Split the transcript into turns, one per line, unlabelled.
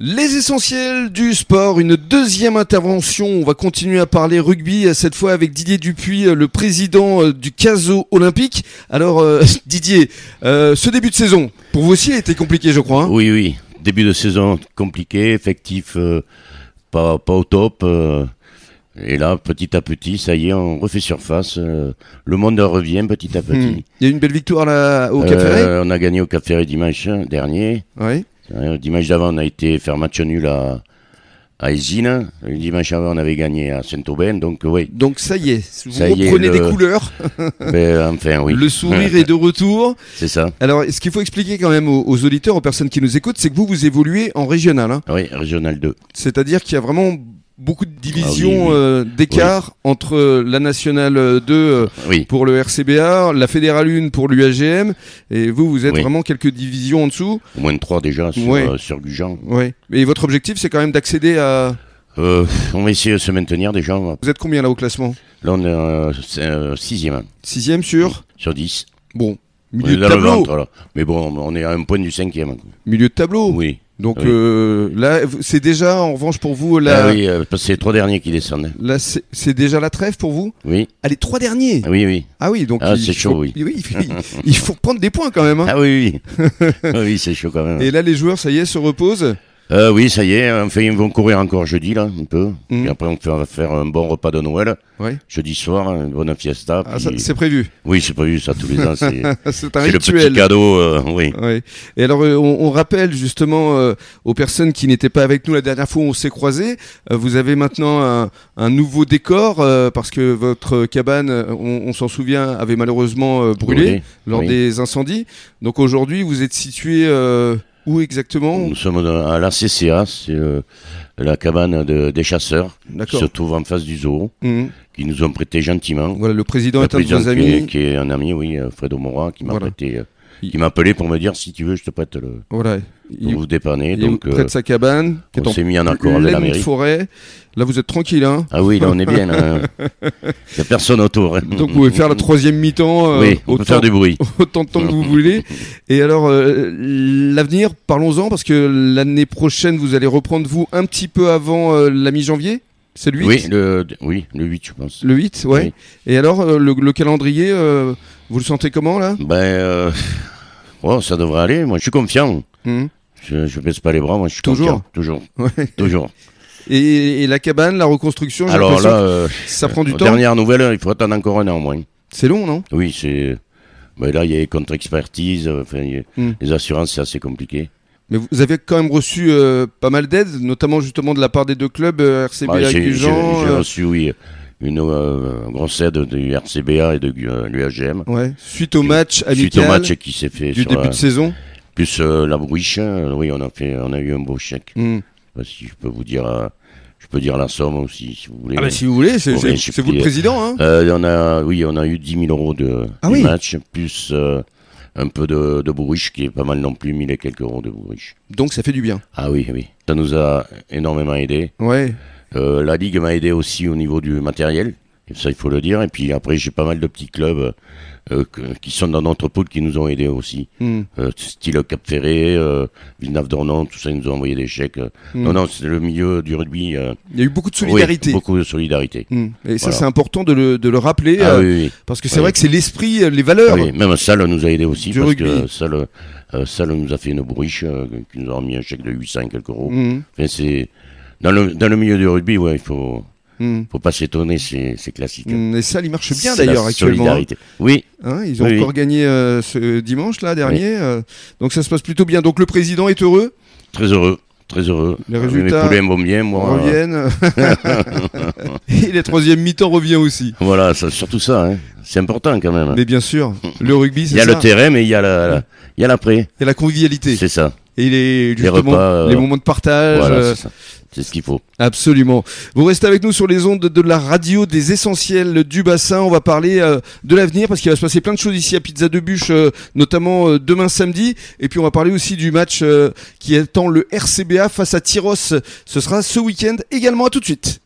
Les essentiels du sport, une deuxième intervention. On va continuer à parler rugby, euh, cette fois avec Didier Dupuis, le président euh, du CASO Olympique. Alors, euh, Didier, euh, ce début de saison, pour vous aussi, il a été compliqué, je crois. hein
Oui, oui. Début de saison compliqué, effectif euh, pas, pas au top. euh, et là, petit à petit, ça y est, on refait surface. euh, le monde revient petit à
Hmm.
petit.
Il y a eu une belle victoire là, au Cap
Euh,
Ferret.
on a gagné au Cap Ferré dimanche dernier.
Oui.
Euh, Dimanche d'avant, on a été faire match nul à, à Esine. Le dimanche avant, on avait gagné à Saint-Aubin. Donc, oui.
Donc ça y est, vous
Ça y est,
reprenez
le-
des couleurs,
Ben, enfin, oui.
le sourire est de retour.
C'est ça.
Alors, ce qu'il faut expliquer quand même aux, aux auditeurs, aux personnes qui nous écoutent, c'est que vous, vous évoluez en régional. hein.
Oui, Régional 2.
C'est-à-dire qu'il y a vraiment beaucoup de
Ah
divisions
oui, oui.
euh, d'écart entre euh, la nationale euh, 2 euh,
Oui.
pour le RCBA, la fédérale 1 pour l'UAGM, et vous, vous êtes
Oui.
vraiment quelques divisions en dessous.
Au moins trois déjà sur,
Ouais.
euh, sur Gujan.
Ouais. Et votre objectif, c'est quand même d'accéder à.
Euh, on va essayer de se maintenir déjà. On va
Vous êtes combien là au classement
Là, on est euh, c'est, euh, sixième
Sixième sur
sur 10.
Bon.
On
Milieu
est
de
dans le
tableau.
ventre, là. Mais bon, on est à un point du cinquième. hein.
Milieu de tableau.
Oui.
Donc
Oui.
euh, là, vous- c'est déjà en revanche pour vous la.
Ah oui, euh, parce que c'est les trois derniers qui descendent. hein.
Là, c'est c'est déjà la trêve pour vous.
Oui,
Ah, les trois derniers.
Ah oui, oui.
Ah oui, donc
Ah,
il
c'est
faut-
chaud, oui.
il, faut- il faut prendre des points quand même. hein.
Ah oui, oui. Ah oui, c'est chaud quand même.
Et là, les joueurs, ça y est, se reposent.
Euh, oui, ça y est, enfin, ils vont courir encore jeudi, là, un peu.
Mhm.
Et après, on fait- on va faire un bon repas de Noël,
Ouais.
jeudi soir, hein, une bonne fiesta.
Ah, ça,
puis-
c'est prévu. Ah,
Oui, c'est prévu, ça, tous les ans. C'est
c'est un
c'est le petit
rituel.
cadeau, euh, oui.
Ouais. Et alors, euh, on, on rappelle justement euh, aux personnes qui n'étaient pas avec nous la dernière fois où on s'est croisés, euh, vous avez maintenant un, un nouveau décor euh, parce que votre cabane, euh, on, on s'en souvient, avait malheureusement euh, brûlé lors
oui.
des incendies. Donc aujourd'hui, vous êtes situé euh, où exactement
Nous sommes dans- à la CCA, c'est euh, la cabane de- des chasseurs, qui
D'accord.
se trouve en face du zoo.
Mhm.
qui nous ont prêté gentiment.
Voilà, le président
Le
est un de
président
vos
qui
amis.
est, qui est un ami, oui, euh, Fredo Mora, qui m'a
Voilà.
prêté, euh, qui
Il-
m'a appelé pour me dire si tu veux, je te prête le,
Voilà. Il,
pour vous dépanner.
il
Donc,
prête
euh,
sa cabane, qui est
on
en
s'est mis en accord avec la
pleine
mairie.
forêt. Là, vous êtes tranquille, hein
Ah oui, là, on est bien. hein. Il n'y a personne autour. hein.
Donc vous pouvez faire la troisième mi-temps euh,
Oui, on peut
autant,
faire du Mm. bruit.
autant de temps que vous voulez. Et alors, euh, l'avenir, parlons-en, parce que l'année prochaine, vous allez reprendre, vous, un petit peu avant euh, la mi-janvier C'est le 8
Oui le, oui, le 8, je pense.
Le 8, ouais.
Oui.
Et alors, euh, le, le calendrier, euh, vous le sentez comment, là
Ben, euh, oh, ça devrait aller. Moi, je suis confiant.
Hum.
Je ne baisse pas les bras, moi, je suis
Toujours
confiant. Toujours.
Ouais.
Toujours.
et, et la cabane, la reconstruction, j'ai
Alors
l'impression
là, euh,
que ça prend du temps.
dernière nouvelle, il faut attendre encore un an au moins.
C'est long, non
Oui, c'est. ben là, il y a les contre-expertises, euh, enfin, il y a-
Mm.
les assurances, c'est assez compliqué.
Mais vous avez quand même reçu euh, pas mal d'aide, notamment justement de la part des deux clubs, euh, RCBA
Bah,
et
j'ai j'ai-
Gujan.
j'ai
euh,
reçu, oui, une euh, grosse aide du RCBA et de euh, l'UHGM.
ouais. Suite au match amical
Suite au match qui s'est fait
du
sur
début
la-
de saison.
plus euh, la bruiche, euh, oui, on a, fait, on a eu un beau chèque.
Hmm.
Je sais pas si je peux vous dire, euh, je peux dire la somme aussi, si vous voulez.
Ah bah si vous voulez, c'est
Ouais,
c'est-
je suis
c'est vous le
petit,
président. Hein
Euh, on a, oui, on a eu 10 000 euros de,
Ah
du
oui.
match, plus euh, un peu de, de bourriche, qui est pas mal non plus, 1000 et quelques euros de bourriche.
Donc ça fait du bien.
Ah oui, oui. Ça nous a énormément aidé.
Ouais.
Euh, la Ligue m'a aidé aussi au niveau du matériel, et ça il faut le dire. Et puis après, j'ai pas mal de petits clubs euh, que- qui sont dans notre poule qui nous ont aidés aussi.
Hmm.
Euh, style Cap Ferré, euh, Villeneuve-d'Ornon, tout ça, ils nous ont envoyé des chèques. euh.
Mm.
Non, non, c'est le milieu du rugby. euh,
Il y a eu beaucoup de
oui,
solidarité.
beaucoup de solidarité.
Hmm. Et ça
Voilà.
c'est important de le, de le rappeler,
Ah
euh,
oui, oui,
parce que c'est
Ouais.
vrai que c'est l'esprit, euh, les valeurs.
oui. Même Salle nous a aidé aussi,
Du
parce
rugby.
que Salle, euh, Salle nous a fait une bourriche, euh, qui nous a remis un chèque de 800 et quelques euros.
Hmm.
Enfin, c'est... Dans le, dans le milieu du rugby, ouais, il faut,
Hmm.
faut pas s'étonner, c'est, c'est classique.
Hmm. Et ça, il marche bien
C'est la
d'ailleurs actuellement. hein.
solidarité. Oui,
Hein, ils ont
Oui,
encore
oui.
gagné euh, ce dimanche là dernier, euh, donc ça se passe plutôt bien. Donc le président est heureux,
très heureux, très heureux.
Les
Euh,
résultats
Mes poulets vont bien, moi.
on revienne. Et la troisième mi-temps revient aussi.
Voilà, ça- surtout ça, hein. c'est important quand même.
Mais bien sûr, le rugby,
Il y
c'est
a
ça.
le terrain, mais il y a la- la- il y a l'après.
Et la convivialité.
C'est ça.
Et les, justement,
repas, euh,
les moments de partage.
Voilà,
euh,
c'est ça. C'est ce qu'il faut.
Absolument. Vous restez avec nous sur les ondes de la radio des essentiels du bassin. On va parler euh, de l'avenir parce qu'il va se passer plein de choses ici à Pizza de Bûche, euh, notamment euh, demain samedi. Et puis on va parler aussi du match euh, qui attend le RCBA face à Tyros. Ce sera ce week-end également. À tout de suite.